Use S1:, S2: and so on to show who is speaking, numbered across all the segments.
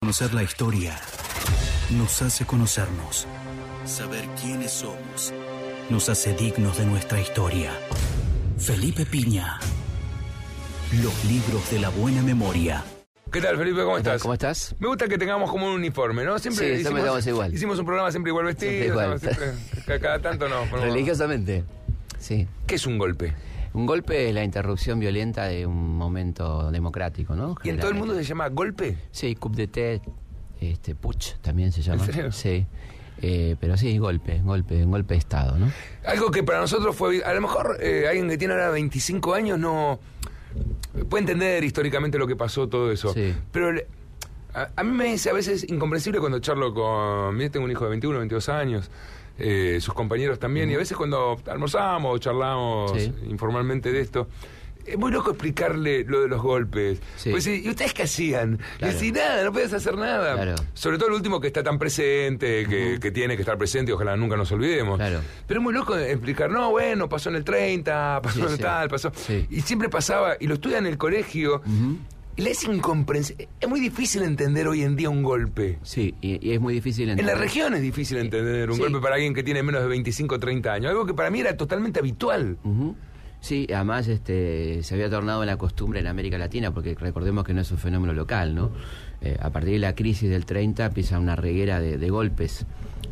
S1: Conocer la historia nos hace conocernos. Saber quiénes somos nos hace dignos de nuestra historia. Felipe Piña. Los libros de la buena memoria.
S2: ¿Qué tal, Felipe? ¿Cómo
S3: ¿Qué tal?
S2: estás?
S3: ¿Cómo estás?
S2: Me gusta que tengamos como un uniforme, ¿no?
S3: Sí,
S2: Siempre
S3: siempre estamos igual.
S2: Hicimos un programa siempre igual vestido.
S3: Siempre igual.
S2: siempre- ca- cada tanto no. ponemos-
S3: Religiosamente. Sí.
S2: ¿Qué es un golpe?
S3: Un golpe es la interrupción violenta de un momento democrático, ¿no?
S2: ¿Y en todo el mundo se
S3: Generalmente.
S2: llama golpe?
S3: Sí, coup de té, este, puch también se llama.
S2: ¿En serio?
S3: Sí. Eh, pero sí, golpe, golpe, un golpe de Estado, ¿no?
S2: Algo que para nosotros fue. A lo mejor eh, alguien que tiene ahora 25 años no. puede entender históricamente lo que pasó, todo eso.
S3: Sí.
S2: Pero le- a, a mí me es a veces incomprensible cuando charlo con. Mira, tengo un hijo de 21, 22 años. eh, sus compañeros también, y a veces cuando almorzamos o charlamos
S3: Sí.
S2: informalmente de esto, es muy loco explicarle lo de los golpes.
S3: Sí.
S2: Pues, ¿y ustedes qué hacían? Y
S3: Claro.
S2: así, nada, no podías hacer nada.
S3: Claro.
S2: Sobre todo el último que está tan presente, que, que tiene que estar presente, ojalá nunca nos olvidemos.
S3: Claro.
S2: Pero es muy loco explicar, no, bueno, pasó en el 30, pasó
S3: Sí,
S2: en el
S3: sí.
S2: tal, pasó.
S3: Sí.
S2: Y siempre pasaba, y lo estudia en el colegio, y le es incomprensible. Es muy difícil entender hoy en día un golpe.
S3: Sí, y, y es muy
S2: En
S3: difícil
S2: la
S3: entender.
S2: región es difícil entender un
S3: Sí.
S2: golpe para alguien que tiene menos de 25 o 30 años, algo que para mí era totalmente habitual.
S3: Ujú. Sí, además este, se había tornado en la costumbre en América Latina, porque recordemos que no es un fenómeno local, ¿no? Eh, a partir de la crisis del 30 empieza una reguera de, de golpes,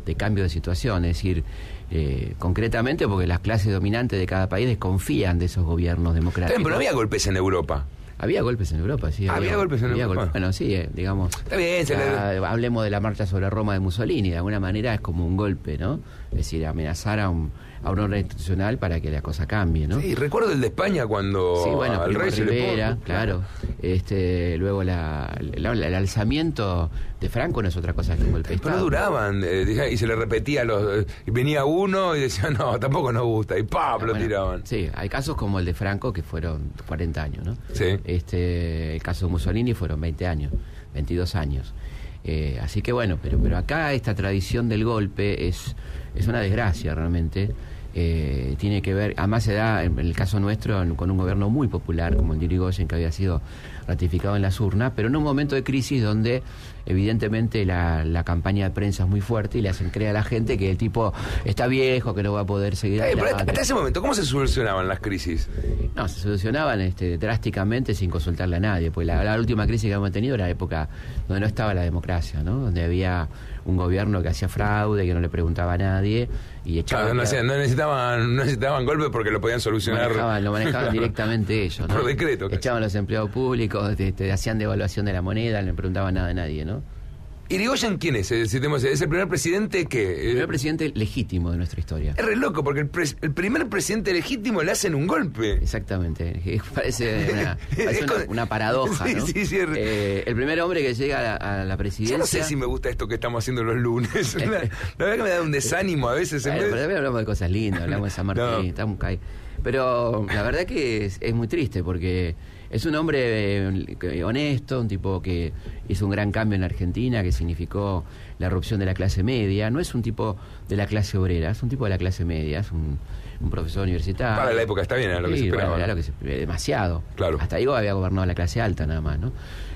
S3: de cambio de situación, es decir, eh, concretamente porque las clases dominantes de cada país desconfían de esos gobiernos
S2: Está bien,
S3: democráticos.
S2: pero no había golpes en Europa.
S3: Había golpes en Europa, sí.
S2: Había golpes en Europa.
S3: Bueno, sí, eh, digamos.
S2: Está bien, se
S3: Ya,
S2: le-
S3: Hablemos de la marcha sobre Roma de Mussolini. De alguna manera es como un golpe, ¿no? Es decir, amenazar a un, a un orden institucional para que la cosa cambie, ¿no?
S2: Sí, recuerdo el de España cuando
S3: Sí, bueno,
S2: al
S3: Primo
S2: rey se le
S3: Rivera,
S2: puso-
S3: claro. Este, luego la, la- la- el alzamiento de Franco no es otra cosa que un golpe de
S2: Pero no
S3: Estado.
S2: duraban, eh, decía- y se le repetía a los. eh, y venía uno y decía, no, tampoco nos gusta, y ¡pap! lo
S3: Bueno,
S2: tiraban.
S3: Sí, hay casos como el de Franco que fueron 40 años, ¿no?
S2: Sí.
S3: Este, el caso de Mussolini fueron 20 años, 22 años. Eh, así que bueno, pero, pero acá esta tradición del golpe es, es una desgracia realmente. Eh, tiene que ver, además se da en en el caso nuestro en- con un gobierno muy popular como el de Irigoyen que había sido ratificado en las urnas, pero en un momento de crisis donde evidentemente la, la campaña de prensa es muy fuerte y le hacen creer a la gente que el tipo está viejo, que no va a poder seguir
S2: Eh, pero hasta,
S3: adelante.
S2: hasta ese momento, ¿cómo se solucionaban las crisis?
S3: No, se solucionaban este, drásticamente sin consultarle a nadie, porque la, la última crisis que hemos tenido era la época donde no estaba la democracia, ¿no? Donde había un gobierno que hacía fraude, que no le preguntaba a nadie y echaba...
S2: Claro, no, hacían- no necesitaban, no necesitaban golpes porque lo podían solucionar.
S3: manejaban- lo manejaban
S2: Claro.
S3: directamente ellos, ¿no?
S2: Por decreto, casi.
S3: Echaban a los empleados públicos, este, este, hacían devaluación de la moneda, no le preguntaban nada a nadie, ¿no?
S2: ¿Irigoyen quién es? Eh, si tenemos- ¿Es el primer presidente
S3: El
S2: que.? eh,
S3: primer presidente legítimo de nuestra historia.
S2: es re loco, porque el, pres- el primer presidente legítimo le hacen un golpe.
S3: Exactamente, parece una, parece una- una paradoja.
S2: Sí,
S3: ¿no?
S2: sí, sí, es-
S3: Eh, el primer hombre que llega a la, a la presidencia.
S2: Yo no sé si me gusta esto que estamos haciendo los lunes. La, la verdad que me da un desánimo a veces. en
S3: Bueno,
S2: vez-
S3: pero también hablamos de cosas lindas, hablamos de San Martín,
S2: No.
S3: estamos ca- Pero la verdad que es, es muy triste porque es un hombre eh, que- honesto, un tipo que hizo un gran cambio en la Argentina, que significó la erupción de la clase media. No es un tipo de la clase obrera, es un tipo de la clase media, es un, un profesor universitario.
S2: Para la época está bien, era lo que
S3: Sí,
S2: se esperaba.
S3: bueno, era lo que se- eh, demasiado.
S2: Claro.
S3: Hasta digo había gobernado la clase alta nada más, ¿no?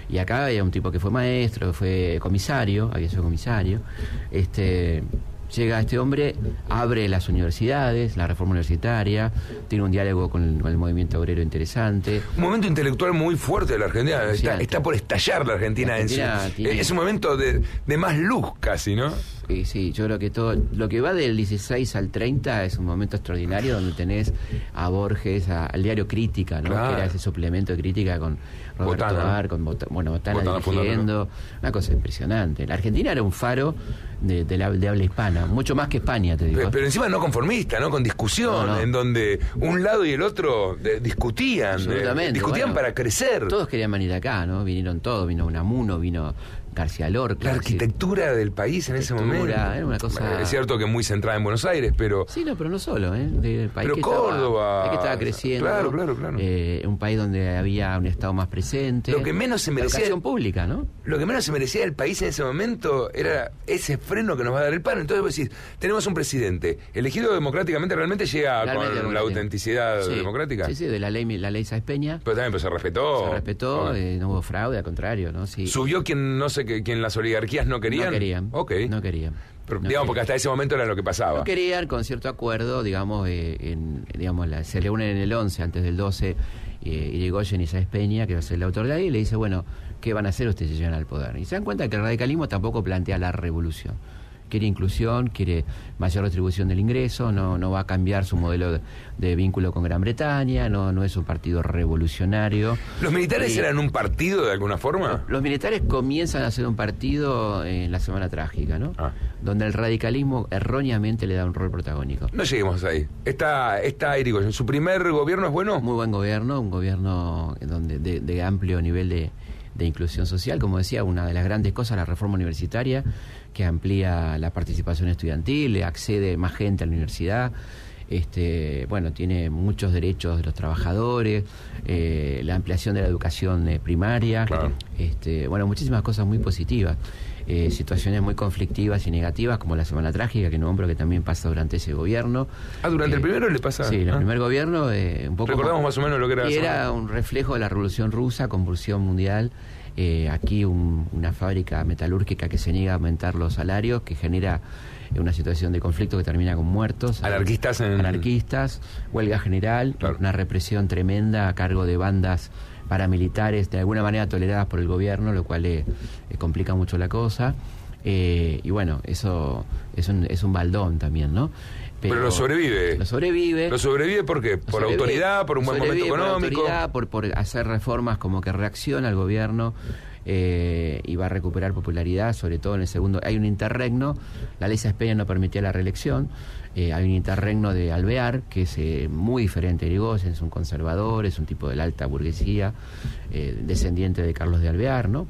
S3: Y acá había un tipo que fue maestro, que fue comisario, había sido comisario. Este llega este hombre, abre las universidades, la reforma universitaria, tiene un diálogo con el, con el movimiento obrero interesante.
S2: Un momento intelectual muy fuerte de la Argentina. Está,
S3: Impresionante.
S2: está por estallar la Argentina,
S3: La Argentina
S2: en su-
S3: tiene-
S2: eh, Es un momento de, de más luz casi, ¿no?
S3: Y sí, yo creo que todo lo que va del 16 al 30 es un momento extraordinario donde tenés a Borges, a- al diario Crítica, ¿no?
S2: Claro.
S3: Que era ese suplemento de crítica con Roberto
S2: Botana.
S3: Tobar, con Bota- bueno, Botana,
S2: Botana
S3: dirigiendo, una cosa impresionante. La Argentina era un faro de, de la- de habla hispana, mucho más que España, te digo.
S2: Pero, pero encima no conformista, ¿no? Con discusión,
S3: No, no.
S2: en donde un lado y el otro de- discutían. eh,
S3: Absolutamente,
S2: discutían
S3: bueno.
S2: para crecer.
S3: Todos querían venir acá, ¿no? Vinieron todos, vino Unamuno, vino García Lorca.
S2: la
S3: es decir,
S2: arquitectura del país en ese
S3: arquitectura, cultura, era una cosa...
S2: Es cierto que muy centrada en Buenos Aires, pero
S3: Sí, no, pero no solo, ¿eh? Del país
S2: Pero
S3: que
S2: Córdoba.
S3: Estaba, país que estaba creciendo.
S2: Claro, claro, claro.
S3: Eh, un país donde había un Estado más presente.
S2: Lo que menos se
S3: La
S2: merecía-
S3: Educación pública, ¿no?
S2: lo que menos se merecía el país en ese momento era ese freno que nos va a dar el paro. Entonces vos decís, tenemos un presidente elegido democráticamente, realmente llega
S3: Realmente
S2: Ah, con la
S3: democrático.
S2: autenticidad
S3: Sí.
S2: democrática.
S3: Sí, sí, de la ley, la ley Sáenz Peña.
S2: Pero oh. también pues, se respetó.
S3: se respetó,
S2: Ahora,
S3: eh, no hubo fraude, al contrario, ¿no? Sí,
S2: Subió quien no sé qué- quien las oligarquías no querían.
S3: No querían.
S2: Ok.
S3: No querían.
S2: Pero, digamos,
S3: No querían.
S2: porque hasta ese momento era lo que pasaba.
S3: No querían, con cierto acuerdo, digamos, eh, en- digamos la- se reúnen en el 11, antes del 12, eh, Irigoyen y Sáenz Peña, que va a ser el autor de ahí, y le dice, bueno, ¿qué van a hacer ustedes si llegan al poder? Y se dan cuenta que el radicalismo tampoco plantea la revolución. Quiere inclusión, quiere mayor retribución del ingreso, no, no va a cambiar su modelo de, de vínculo con Gran Bretaña, no, no es un partido revolucionario.
S2: ¿Los militares
S3: Sí.
S2: eran un partido de alguna forma?
S3: Los militares comienzan a hacer un partido en la Semana Trágica, ¿no?
S2: Ah.
S3: Donde el radicalismo erróneamente le da un rol protagónico.
S2: No lleguemos ahí. Está, está Irigoyen. ¿Su primer gobierno es bueno?
S3: Muy buen gobierno, un gobierno donde de, de amplio nivel de, de inclusión social. Como decía, una de las grandes cosas, la reforma universitaria, que amplía la participación estudiantil, accede más gente a la universidad. Este, bueno, tiene muchos derechos de los trabajadores, eh, la ampliación de la educación eh, primaria,
S2: Claro.
S3: este, bueno, muchísimas cosas muy positivas, eh, situaciones muy conflictivas y negativas, como la Semana Trágica, que nombro que también pasa durante ese gobierno.
S2: Ah, ¿durante el primero le pasa?
S3: Sí, el
S2: Ah.
S3: primer gobierno, eh, un poco...
S2: Recordamos más o menos lo que era la
S3: Y
S2: Semana
S3: era un reflejo de la Revolución Rusa, convulsión mundial. eh, aquí un- una fábrica metalúrgica que se niega a aumentar los salarios, que genera eh, una situación de conflicto que termina con muertos.
S2: Anarquistas en-
S3: Anarquistas, huelga general,
S2: Claro.
S3: una represión tremenda a cargo de bandas paramilitares, de alguna manera toleradas por el gobierno, lo cual eh, eh, complica mucho la cosa. Eh, y bueno, eso es un, es un baldón también, ¿no?
S2: Pero lo sobrevive.
S3: Lo sobrevive.
S2: ¿Lo sobrevive por qué? ¿Por
S3: Sobrevive-
S2: autoridad? ¿Por un buen momento
S3: sobrevive
S2: económico?
S3: Por, autoridad, por, por hacer reformas como que reacciona al gobierno eh, y va a recuperar popularidad, sobre todo en el segundo. Hay un interregno, la ley Sáenz Peña no permitía la reelección, eh, hay un interregno de Alvear, que es eh, muy diferente a Irigoyen, es un conservador, es un tipo de la alta burguesía, eh, descendiente de Carlos de Alvear, ¿no?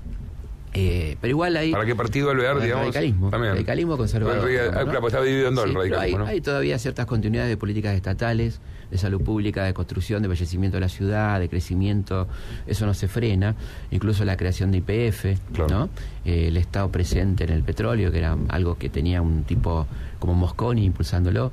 S3: Eh, pero igual ahí...
S2: ¿Para qué partido Alvear,
S3: Para el
S2: digamos?
S3: Radicalismo,
S2: También.
S3: radicalismo conservador.
S2: Bueno,
S3: digamos,
S2: ah,
S3: ¿no?
S2: claro, pues está dividido en dos el
S3: pero
S2: radicalismo,
S3: hay,
S2: ¿no?
S3: hay todavía ciertas continuidades de políticas estatales, de salud pública, de construcción, de embellecimiento de la ciudad, de crecimiento, eso no se frena, incluso la creación de IPF,
S2: Claro.
S3: ¿no? Eh, el Estado presente en el petróleo, que era algo que tenía un tipo como Mosconi impulsándolo.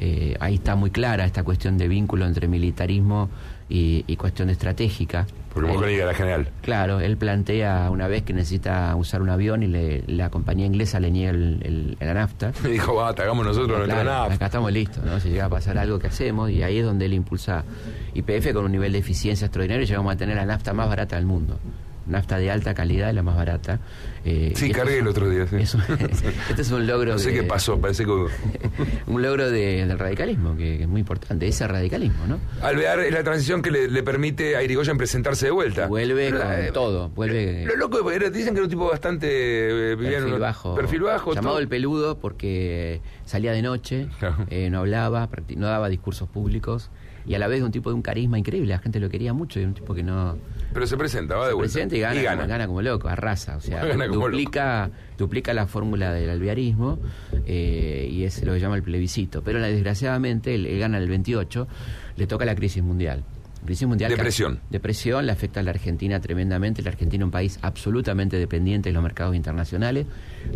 S3: Eh, ahí está muy clara esta cuestión de vínculo entre militarismo y, y cuestión estratégica.
S2: Porque
S3: Él-
S2: Mosconi era general.
S3: Claro, él plantea una vez que necesita usar un avión y le- la compañía inglesa le niega el, el- la nafta.
S2: Me dijo, basta, hagamos nosotros nuestra
S3: Claro,
S2: nafta.
S3: acá estamos listos, ¿no? Si llega a pasar algo que hacemos, y ahí es donde él impulsa IPF con un nivel de eficiencia extraordinario, llegamos a tener la nafta más barata del mundo. Nafta de alta calidad y la más barata. Eh,
S2: Sí,
S3: y esto
S2: cargué
S3: es un-
S2: el otro día, sí.
S3: eso- este es un logro.
S2: No sé
S3: de-
S2: qué pasó, parece que...
S3: Un logro de- del radicalismo, que, que es muy importante. Ese radicalismo, ¿no?
S2: Alvear es la transición que le, le permite a Irigoyen presentarse de vuelta.
S3: Vuelve
S2: Pero,
S3: con
S2: eh,
S3: todo, vuelve.
S2: Lo loco, es porque era- dicen que era un tipo bastante... eh, vivía en
S3: perfil
S2: un-
S3: bajo.
S2: Perfil bajo.
S3: Llamado
S2: todo.
S3: el peludo porque salía de noche,
S2: Claro.
S3: eh, no hablaba, practi- no daba discursos públicos y a la vez de un tipo de un carisma increíble, la gente lo quería mucho y un tipo que no
S2: Pero se presenta, va de
S3: se
S2: vuelta.
S3: presenta y gana, Como, gana como loco, arrasa, o sea,
S2: Gana como
S3: duplica, duplica la fórmula del alvearismo eh, y es lo que llama el plebiscito, pero la- desgraciadamente él, él gana el 28, le toca la crisis mundial. Crisis mundial que-
S2: Depresión.
S3: depresión, le afecta a la Argentina tremendamente. La Argentina es un país absolutamente dependiente de los mercados internacionales.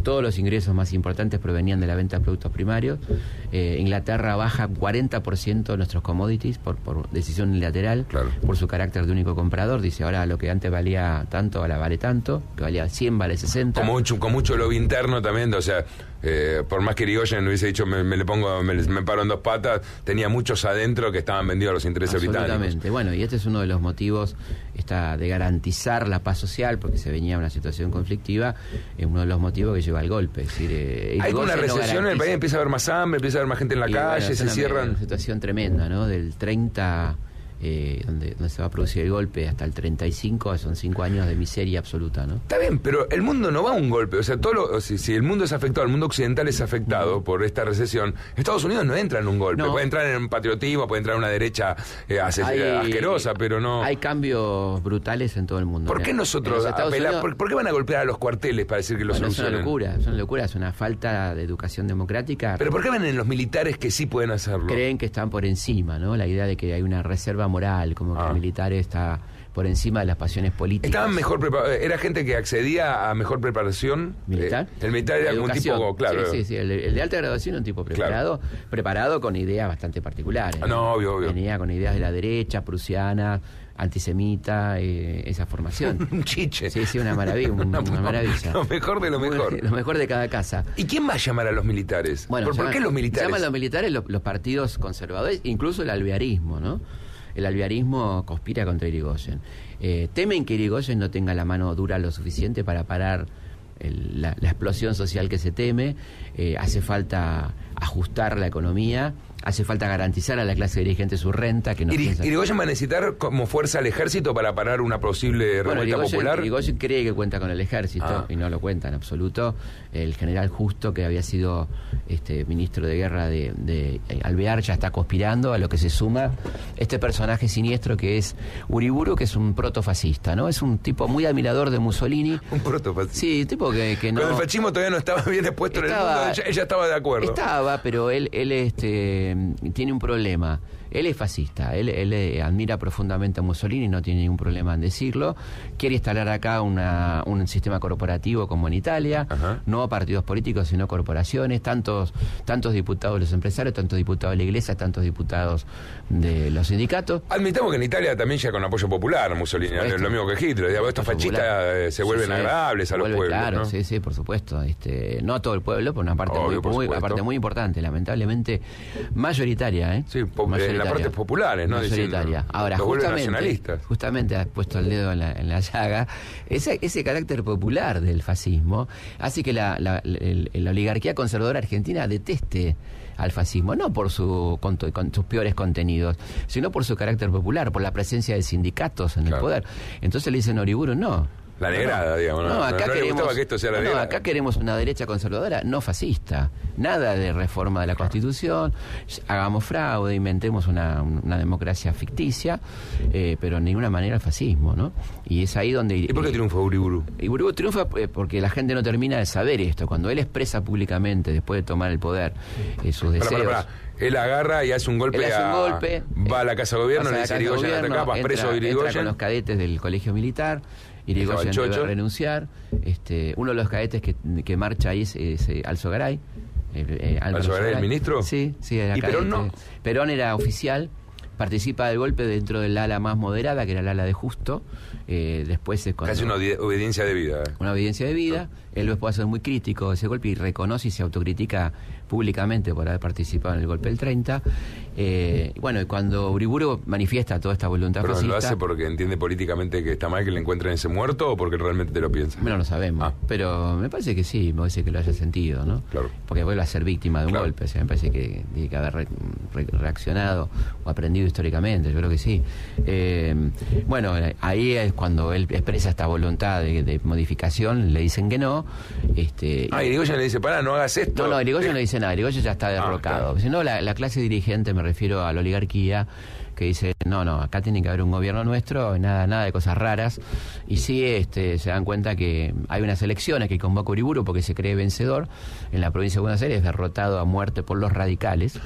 S3: Todos los ingresos más importantes provenían de la venta de productos primarios. Eh, Inglaterra baja 40% de nuestros commodities por, por decisión unilateral,
S2: Claro.
S3: por su carácter de único comprador. Dice, ahora lo que antes valía tanto, ahora vale tanto, que valía 100, vale 60.
S2: Con mucho, con mucho lobby interno también, o sea, eh, por más que Irigoyen hubiese dicho me, me le pongo, me, les- me paro en dos patas, tenía muchos adentro que estaban vendidos a los intereses británicos.
S3: Absolutamente. Bueno, y este es uno de los motivos esta, de garantizar la paz social, porque se venía una situación conflictiva, es uno de los motivos que lleva al golpe. Es decir, eh,
S2: Hay como una
S3: Irigoyen no
S2: recesión en el
S3: garantiza-
S2: país, empieza a haber más hambre, empieza a haber más gente en la
S3: Y,
S2: calle,
S3: bueno, es
S2: se
S3: una- Una
S2: cierran.
S3: situación tremenda, ¿no? Del 30 eh, donde, donde se va a producir el golpe hasta el 35, son cinco años de miseria absoluta, ¿no?
S2: Está bien, pero el mundo no va a un golpe. O sea, todo lo- o si, si el mundo es afectado, el mundo occidental es afectado por esta recesión, Estados Unidos no entra en un golpe.
S3: No.
S2: Puede entrar en un patriotismo, puede entrar en una derecha eh, ases-
S3: Hay-
S2: asquerosa, pero no.
S3: Hay cambios brutales en todo el mundo.
S2: ¿Por
S3: Mira,
S2: qué
S3: en
S2: nosotros
S3: los Estados
S2: apela-
S3: Unidos-
S2: ¿por, por qué van a golpear a los cuarteles para decir que los
S3: Bueno, es una
S2: solucionen?
S3: locura, es una locura, es una falta de educación democrática.
S2: Pero ¿por qué ven en los militares que sí pueden hacerlo?
S3: creen que están por encima, ¿no? La idea de que hay una reserva moral, como que
S2: Ah.
S3: el militar está por encima de las pasiones políticas.
S2: Estaban mejor eh, preparados. Era gente que accedía a mejor preparación.
S3: ¿Militar?
S2: Eh, el militar era algún
S3: Educación.
S2: tipo, claro.
S3: Sí, sí, sí. El, el de alta graduación era un tipo preparado, preparado con ideas bastante particulares.
S2: Ah, no, obvio, obvio.
S3: Venía con ideas de la derecha, prusiana, antisemita, eh, esa formación.
S2: Un chiche.
S3: Sí, sí, una maravilla, un- una maravilla.
S2: Lo mejor de lo mejor.
S3: Lo mejor de cada casa.
S2: ¿Y quién va a llamar a los militares?
S3: Bueno,
S2: ¿Por, por
S3: llaman-
S2: qué los militares?
S3: Llaman a los militares los, los partidos conservadores, incluso el alvearismo, ¿no? El alvearismo conspira contra Irigoyen. Eh, temen que Irigoyen no tenga la mano dura lo suficiente para parar el- la, la explosión social que se teme. Eh, hace falta ajustar la economía, hace falta garantizar a la clase dirigente su renta, que no
S2: Iri-
S3: piensa-
S2: Irigoyen va a necesitar como fuerza al ejército para parar una posible
S3: Bueno,
S2: revuelta
S3: Irigoyen,
S2: popular.
S3: Irigoyen cree que cuenta con el ejército
S2: Ah.
S3: y no lo cuenta en absoluto. El general Justo, que había sido este, ministro de guerra de, de eh, Alvear, ya está conspirando, a lo que se suma este personaje siniestro que es Uriburu, que es un protofascista, ¿no? Es un tipo muy admirador de Mussolini.
S2: Un protofascista.
S3: Sí, tipo que, que no...
S2: Cuando el fascismo todavía no estaba bien expuesto en el
S3: Estaba-
S2: mundo, ella, ella estaba de acuerdo.
S3: Estaba, pero él, él este, tiene un problema. Él es fascista, él, él, eh, admira profundamente a Mussolini, no tiene ningún problema en decirlo. Quiere instalar acá una- un sistema corporativo como en Italia,
S2: Ajá.
S3: no partidos políticos, sino corporaciones, tantos, tantos diputados de los empresarios, tantos diputados de la iglesia, tantos diputados de los sindicatos.
S2: Admitamos que en Italia también ya con apoyo popular Mussolini,
S3: Por
S2: es lo
S3: supuesto.
S2: mismo que Hitler. digamos, estos fascistas eh, se
S3: Sí,
S2: vuelven
S3: sí.
S2: agradables a los
S3: Vuelve,
S2: pueblos.
S3: Claro,
S2: ¿no?
S3: sí, sí, por supuesto. Este, no a todo el pueblo, pero una parte,
S2: Obvio, por
S3: muy, muy- una
S2: supuesto.
S3: parte muy importante, lamentablemente mayoritaria. ¿eh?
S2: Sí, po- en la parte populares, ¿no?
S3: Mayoritaria.
S2: Diciendo,
S3: Ahora,
S2: los vuelven
S3: justamente,
S2: nacionalistas.
S3: justamente has puesto el dedo en la, en la llaga. Ese, ese carácter popular del fascismo hace que la, la- el- la oligarquía conservadora argentina deteste al fascismo, no por su, con, con sus peores contenidos, sino por su carácter popular, por la presencia de sindicatos en
S2: Claro.
S3: el poder. Entonces le dicen Oriburu, no,
S2: La negrada, digamos. No,
S3: no,
S2: No
S3: acá,
S2: le
S3: queremos,
S2: gustaba que esto sea la
S3: no, no,
S2: negrada.
S3: acá queremos una derecha conservadora, no fascista. Nada de reforma de la Constitución, hagamos fraude, inventemos una, una democracia ficticia, eh, pero de ninguna manera el fascismo, ¿no? Y es ahí donde...
S2: ¿Y por qué triunfa Uriburu?
S3: Y Burgos triunfa eh, porque la gente no termina de saber esto. Cuando él expresa públicamente, después de tomar el poder, eh, sus
S2: Pará,
S3: deseos...
S2: pará, pará. Él agarra y hace un golpe.
S3: Él hace un
S2: a-
S3: golpe.
S2: Va a la Casa de Gobierno,
S3: pasa
S2: le
S3: la
S2: dice
S3: Casa de
S2: Irigoyen,
S3: Gobierno,
S2: atacá, vas
S3: entra-
S2: preso
S3: entra con
S2: Irigoyen.
S3: los cadetes del colegio militar.
S2: Estaba
S3: Irigoyen
S2: el
S3: debe
S2: Chocho.
S3: renunciar. Este, uno de los cadetes que, que marcha ahí es, es, eh, Alzo Garay. eh, eh, Álvaro
S2: ¿Alzo Garay, el ministro?
S3: Sí, sí, era
S2: ¿Y Perón no?
S3: Perón era oficial, participa del golpe dentro del ala más moderada, que era el ala de Justo. Eh, después es cuando-
S2: Casi una obedi- obediencia de vida. ¿eh?
S3: una obediencia de vida. Él después va a ser muy crítico de ese golpe y reconoce y se autocritica públicamente por haber participado en el golpe del 30. Eh, y bueno, y cuando Uriburu manifiesta toda esta voluntad
S2: Pero lo
S3: fascista,
S2: hace porque entiende políticamente que está mal que le encuentren ese muerto o porque realmente te lo piensa.
S3: bueno, no sabemos,
S2: Ah.
S3: pero me parece que sí, me parece que lo haya sentido, ¿no?
S2: Claro.
S3: Porque vuelve a ser víctima de un
S2: Claro.
S3: golpe, o sea, me parece que tiene que haber re- re- reaccionado o aprendido históricamente, yo creo que sí. Eh, bueno, eh, ahí es cuando él expresa esta voluntad de, de modificación, le dicen que no. Este,
S2: Ah, Irigoyen le dice, pará, no hagas esto. Eh, Ah,
S3: No, no, Irigoyen
S2: Dej-
S3: no dice nada, Irigoyen ya está derrocado.
S2: claro.
S3: Si no, la, la clase dirigente, me refiero a la oligarquía, que dice, no, no, acá tiene que haber un gobierno nuestro, nada, nada de cosas raras. Y sí, este, se dan cuenta que hay unas elecciones que convoca Uriburu porque se cree vencedor en la provincia de Buenos Aires, derrotado a muerte por los radicales.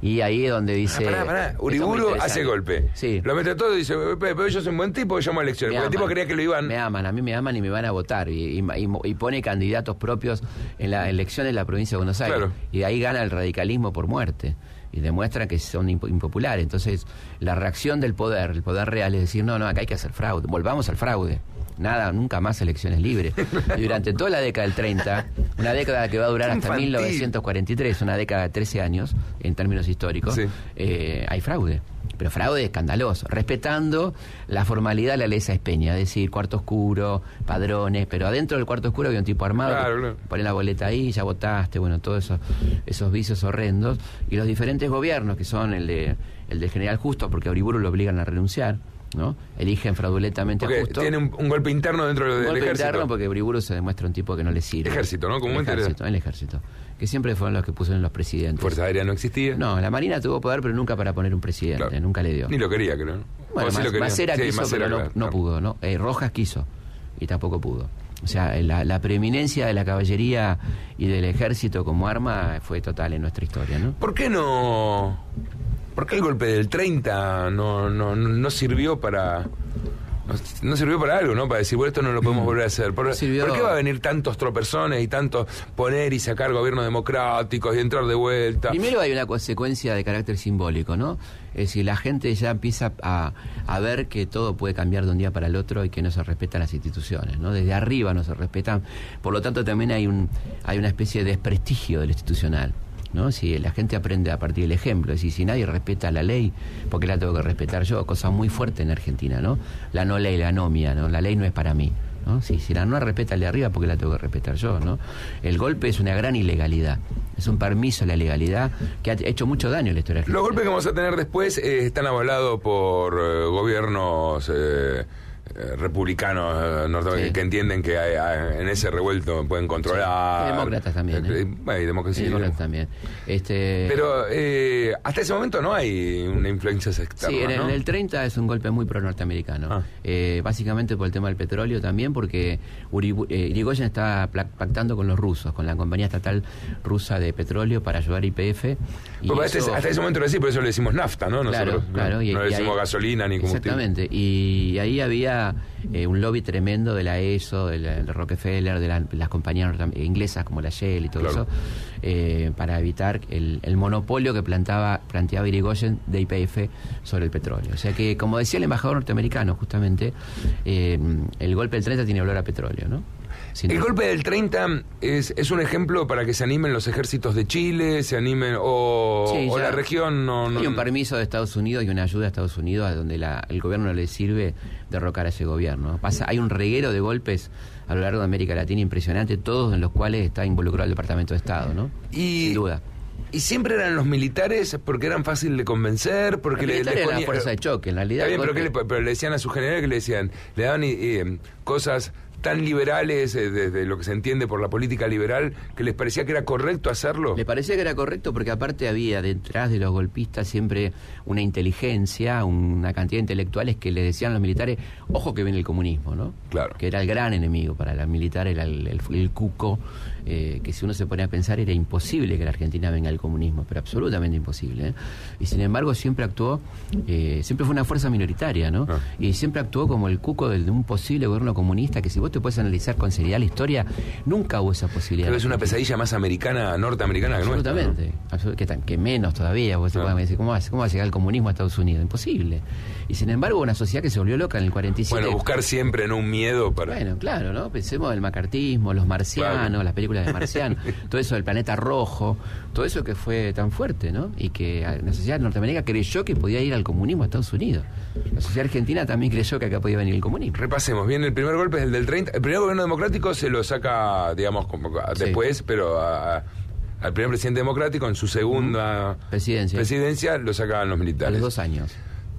S3: Y ahí es donde dice...
S2: Ah, pará, pará.
S3: Esto es muy
S2: Uriburu
S3: interesante.
S2: hace el golpe.
S3: Sí.
S2: Lo mete todo y dice, "Pe- pero yo soy un buen tipo, llamo a elecciones.
S3: Me
S2: Porque el tipo
S3: aman.
S2: creía que lo iban.
S3: Me aman, a mí me aman y me van a votar. Y, y- y- y pone candidatos propios en las elecciones de la provincia de Buenos Aires.
S2: Claro.
S3: Y de ahí gana el radicalismo por muerte. Y demuestra que son impo- impopulares. Entonces, la reacción del poder, el poder real, es decir, no, no, acá hay que hacer fraude. Volvamos al fraude. Nada, nunca más elecciones libres. Y durante toda la década del 30, una década que va a durar
S2: Qué
S3: hasta
S2: infantil.
S3: 1943, una década de 13 años, en términos históricos,
S2: Sí.
S3: eh, hay fraude. pero fraude escandaloso, respetando la formalidad de la ley Peña, es decir, cuarto oscuro, padrones, pero adentro del cuarto oscuro había un tipo armado,
S2: Claro,
S3: que
S2: claro.
S3: pone la boleta ahí, ya votaste, bueno, todos esos, esos vicios horrendos, y los diferentes gobiernos, que son el de el del general Justo, porque a Uriburu lo obligan a renunciar, ¿no? Eligen fraudulentamente a
S2: Porque
S3: Justo.
S2: tiene un, un golpe interno dentro del,
S3: Un
S2: del
S3: golpe
S2: ejército.
S3: interno porque Uriburu se demuestra un tipo que no le sirve.
S2: Ejército, ¿no? Como
S3: el
S2: un interior.
S3: ejército, el ejército. Que siempre fueron los que pusieron los presidentes.
S2: Fuerza Aérea no existía.
S3: No, la Marina tuvo poder, pero nunca para poner un presidente,
S2: Claro.
S3: nunca le dio.
S2: Ni lo quería, creo.
S3: Bueno,
S2: O sí
S3: Mas-
S2: lo quería.
S3: Macera
S2: Sí,
S3: quiso,
S2: Macera,
S3: pero no,
S2: claro,
S3: no
S2: claro.
S3: pudo, ¿no? Eh, Rojas quiso y tampoco pudo. O sea, eh, la, la preeminencia de la caballería y del ejército como arma fue total en nuestra historia, ¿no?
S2: ¿Por qué no.? ¿Por qué el golpe del 30 no, no, no- no sirvió para.? no- No sirvió para algo, ¿no? Para decir, bueno, esto no lo podemos volver a hacer. ¿Por,
S3: Mm. Sirvió-
S2: por qué va a venir tantos tropezones y tantos poner y sacar gobiernos democráticos y entrar de vuelta?
S3: Primero hay una consecuencia de carácter simbólico, ¿no? Es decir, la gente ya empieza a, a ver que todo puede cambiar de un día para el otro y que no se respetan las instituciones, ¿no? Desde arriba no se respetan. Por lo tanto, también hay, un, hay una especie de desprestigio de lo institucional. ¿No? Si la gente aprende a partir del ejemplo, es decir, si nadie respeta la ley, ¿por qué la tengo que respetar yo? Cosa muy fuerte en Argentina, ¿no? La no ley, la anomia, ¿no? La ley no es para mí. ¿no? Si, si la no respeta el de arriba, porque la tengo que respetar yo? ¿no? El golpe es una gran ilegalidad, es un permiso a la ilegalidad que ha hecho mucho daño a la historia
S2: Los
S3: argentina.
S2: golpes que vamos a tener después eh, están avalados por eh, gobiernos eh, eh, republicanos eh, norteamericanos
S3: Sí.
S2: que entienden que hay- hay- en ese revuelto pueden controlar.
S3: Y demócratas también.
S2: Eh,
S3: ¿eh?
S2: bueno, y democracia.
S3: Y demócratas también. Este,
S2: Pero eh, hasta ese momento no hay una influencia externa.
S3: Sí, en, el-
S2: ¿no?
S3: en el 30 es un golpe muy pro-norteamericano.
S2: Ah.
S3: Eh, básicamente por el tema del petróleo también, porque Uribu- eh, Irigoyen está pla- pactando con los rusos, con la compañía estatal rusa de petróleo para ayudar a YPF. y
S2: Porque hasta,
S3: eso-
S2: ese- este hasta ese momento lo decís, por eso le decimos nafta, ¿no?
S3: Claro,
S2: Nosotros, ¿no?
S3: claro. y-
S2: no le
S3: y
S2: decimos
S3: ahí-
S2: gasolina ni combustible.
S3: Exactamente. Y ahí había eh, un lobby tremendo de la ESO, de la- de Rockefeller, de la- las compañías norteam- inglesas como la Shell y todo
S2: Claro.
S3: eso, eh, para evitar el, el monopolio que plantaba, planteaba Irigoyen de IPF sobre el petróleo. O sea que, como decía el embajador norteamericano, justamente, eh, el golpe del 30 tiene olor a petróleo, ¿no? Sin
S2: El
S3: duda.
S2: golpe del 30 es, es un ejemplo para que se animen los ejércitos de Chile, se animen. O,
S3: Sí,
S2: o
S3: ya.
S2: la región no. no
S3: Hay un permiso de Estados Unidos y una ayuda a Estados Unidos a donde la- el gobierno no le sirve derrocar a ese gobierno. Pasa, hay un reguero de golpes a lo largo de América Latina impresionante, todos en los cuales está involucrado el Departamento de Estado, ¿no?
S2: Y-
S3: Sin duda.
S2: Y siempre eran los militares porque eran fácil de convencer, porque le,
S3: Porque
S2: les
S3: la
S2: ponía-
S3: fuerza de choque, en
S2: Está
S3: realidad.
S2: bien, pero,
S3: golpe-
S2: ¿qué le, pero le decían a sus generales que le decían, le daban eh, cosas tan liberales eh, desde lo que se entiende por la política liberal que les parecía que era correcto hacerlo.
S3: Me parecía que era correcto porque aparte había detrás de los golpistas siempre una inteligencia, una cantidad de intelectuales que le decían a los militares, ojo que viene el comunismo, ¿no?
S2: Claro.
S3: Que era el gran enemigo para los militares, era el, el- el cuco, eh, que si uno se pone a pensar era imposible que la Argentina venga al comunismo, pero absolutamente imposible. ¿eh? Y sin embargo siempre actuó, eh, siempre fue una fuerza minoritaria, ¿no?
S2: Ah.
S3: Y siempre actuó como el cuco del- de un posible gobierno comunista, que si vos te puedes analizar con seriedad la historia, nunca hubo esa posibilidad.
S2: Pero es una
S3: Argentina.
S2: pesadilla más americana, norteamericana que nuestra. ¿no?
S3: Absolutamente, absolu- que, tan- que menos todavía, vos te
S2: Ah.
S3: podés decir, ¿cómo va, ¿cómo va a llegar el comunismo a Estados Unidos? Imposible. Y sin embargo, una sociedad que se volvió loca en el 47.
S2: Bueno, buscar siempre en un miedo para...
S3: Bueno, claro, ¿no? Pensemos en el macartismo, los marcianos,
S2: Claro.
S3: las películas de marciano, todo eso del planeta rojo, todo eso que fue tan fuerte, ¿no? Y que ah, la sociedad norteamericana creyó que podía ir al comunismo a Estados Unidos. La sociedad argentina también creyó que acá podía venir el comunismo.
S2: Repasemos, bien, el primer golpe es el del 30. El primer gobierno democrático se lo saca, digamos, como a-
S3: Sí.
S2: después, pero a- al primer presidente democrático en su segunda
S3: Presidencia.
S2: presidencia lo sacaban los
S3: A
S2: militares.
S3: los dos años.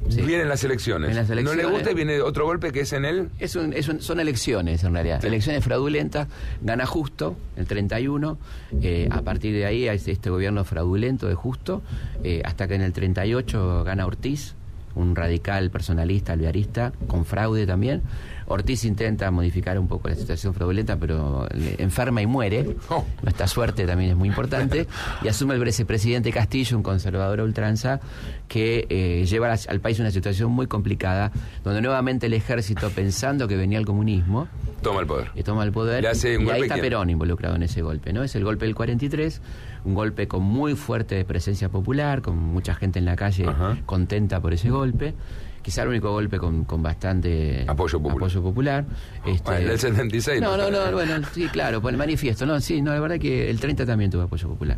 S3: Sí.
S2: Vienen las elecciones.
S3: En las
S2: No
S3: elecciones.
S2: le gusta y viene otro golpe que es en él.
S3: Es un- es un- son elecciones en realidad, elecciones fraudulentas, gana justo el 31, eh, a partir de ahí hay este gobierno fraudulento de justo, eh, hasta que en el 38 gana Ortiz, un radical personalista, alvearista, con fraude también. Ortiz intenta modificar un poco la situación fraudulenta, pero le- enferma y muere.
S2: Oh.
S3: Nuestra suerte también es muy importante. Y asume el vicepresidente Castillo, un conservador a ultranza, que eh, lleva a- al país a una situación muy complicada, donde nuevamente el ejército, pensando que venía el comunismo,
S2: Toma el poder.
S3: que toma el poder.
S2: Le hace un
S3: y
S2: golpe
S3: ahí está
S2: que-
S3: Perón involucrado en ese golpe, ¿no? Es el golpe del 43, un golpe con muy fuerte presencia popular, con mucha gente en la calle
S2: Ajá.
S3: contenta por ese golpe. Quizá el único golpe con, con bastante
S2: Apoyo popular.
S3: popular. Este-
S2: Bueno, el del 76,
S3: No,
S2: ¿no?
S3: no, no, bueno, sí, claro, por el manifiesto. No, sí, no, la verdad que el 30 también tuvo apoyo popular.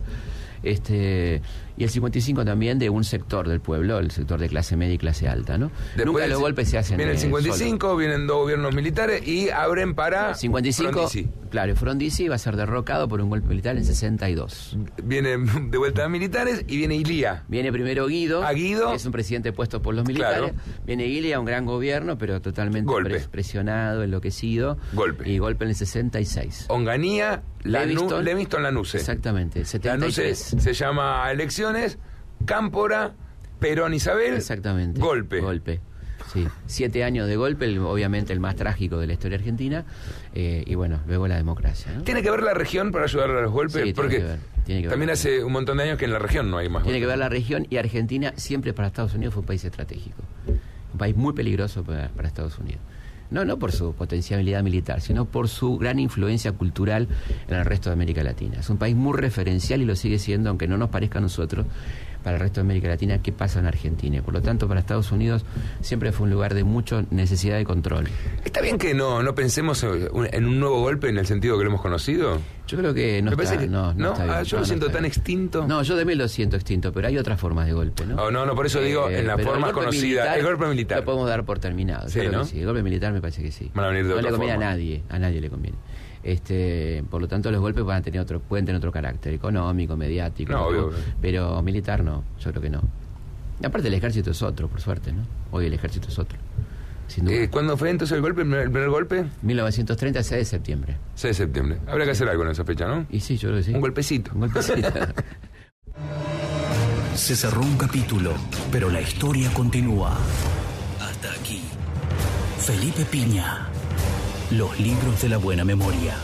S3: Este, y el 55 también de un sector del pueblo, el sector de clase media y clase alta, ¿no?
S2: Después
S3: Nunca
S2: el
S3: los
S2: ci-
S3: golpes se hacen
S2: Viene el
S3: eh,
S2: 55, vienen dos gobiernos militares y abren para.
S3: solos. 55,
S2: Frondizi.
S3: claro, Frondizi va a ser derrocado por un golpe militar en 62.
S2: Viene de vuelta militares y viene Ilía.
S3: Viene primero Guido,
S2: A Guido.
S3: que es un presidente puesto por los militares.
S2: Claro.
S3: Viene Ilia, un gran gobierno, pero totalmente
S2: Golpe.
S3: pres- presionado, enloquecido.
S2: Golpe.
S3: Y golpe en el 66.
S2: Onganía, Lanu-
S3: Leviston.
S2: Leviston Lanuse.
S3: Exactamente, el
S2: Lanuse
S3: 73.
S2: se llama elecciones, Cámpora, Perón Isabel.
S3: Exactamente.
S2: Golpe.
S3: Golpe. Sí. Siete años de golpe, el- obviamente el más trágico de la historia argentina. eh, y bueno, luego la democracia. ¿no?
S2: ¿Tiene que ver la región para ayudar a los golpes?
S3: Sí, tiene
S2: Porque
S3: que ver, tiene que ver.
S2: también hace un montón de años que en la región no hay más.
S3: Tiene que
S2: golpes.
S3: ver la región y Argentina siempre para Estados Unidos fue un país estratégico. Un país muy peligroso para, para Estados Unidos. No, no por su potencialidad militar, sino por su gran influencia cultural en el resto de América Latina. Es un país muy referencial y lo sigue siendo, aunque no nos parezca a nosotros, para el resto de América Latina, qué pasa en Argentina. Y Por lo tanto, para Estados Unidos siempre fue un lugar de mucha necesidad de control.
S2: ¿Está bien que no, no pensemos en un- en un nuevo golpe en el sentido que lo hemos conocido?
S3: Yo creo que no
S2: Me
S3: está,
S2: parece que-
S3: no, no
S2: ¿no?
S3: está bien.
S2: Ah, yo lo siento
S3: está
S2: tan
S3: bien.
S2: extinto.
S3: No, yo también lo siento extinto, pero hay otras formas de golpe, ¿no? Eh,
S2: Oh, no, no, por eso digo, en la
S3: pero
S2: forma
S3: el golpe
S2: conocida, el golpe militar.
S3: Lo podemos dar por terminado.
S2: Sí,
S3: yo creo que
S2: ¿no?
S3: sí. El golpe militar me parece que sí.
S2: Van a venir de
S3: no
S2: otra
S3: le conviene
S2: forma.
S3: a nadie, a nadie le conviene. Este, por lo tanto, los golpes van a tener otro, pueden tener otro carácter económico, mediático,
S2: No, obvio, obvio.
S3: pero militar no, yo creo que no. Y aparte el ejército es otro, por suerte, ¿no? Hoy el ejército es otro. Sin duda.
S2: Eh, ¿Cuándo fue entonces el golpe, el primer, el primer golpe?
S3: 1930, 6 de septiembre.
S2: 6 de septiembre. Habrá que hacer algo en esa fecha, ¿no?
S3: Y sí, yo creo que sí.
S2: Un golpecito.
S3: Un golpecito.
S1: Se cerró un capítulo, pero la historia continúa. Hasta aquí. Felipe Piña. Los libros de la buena memoria.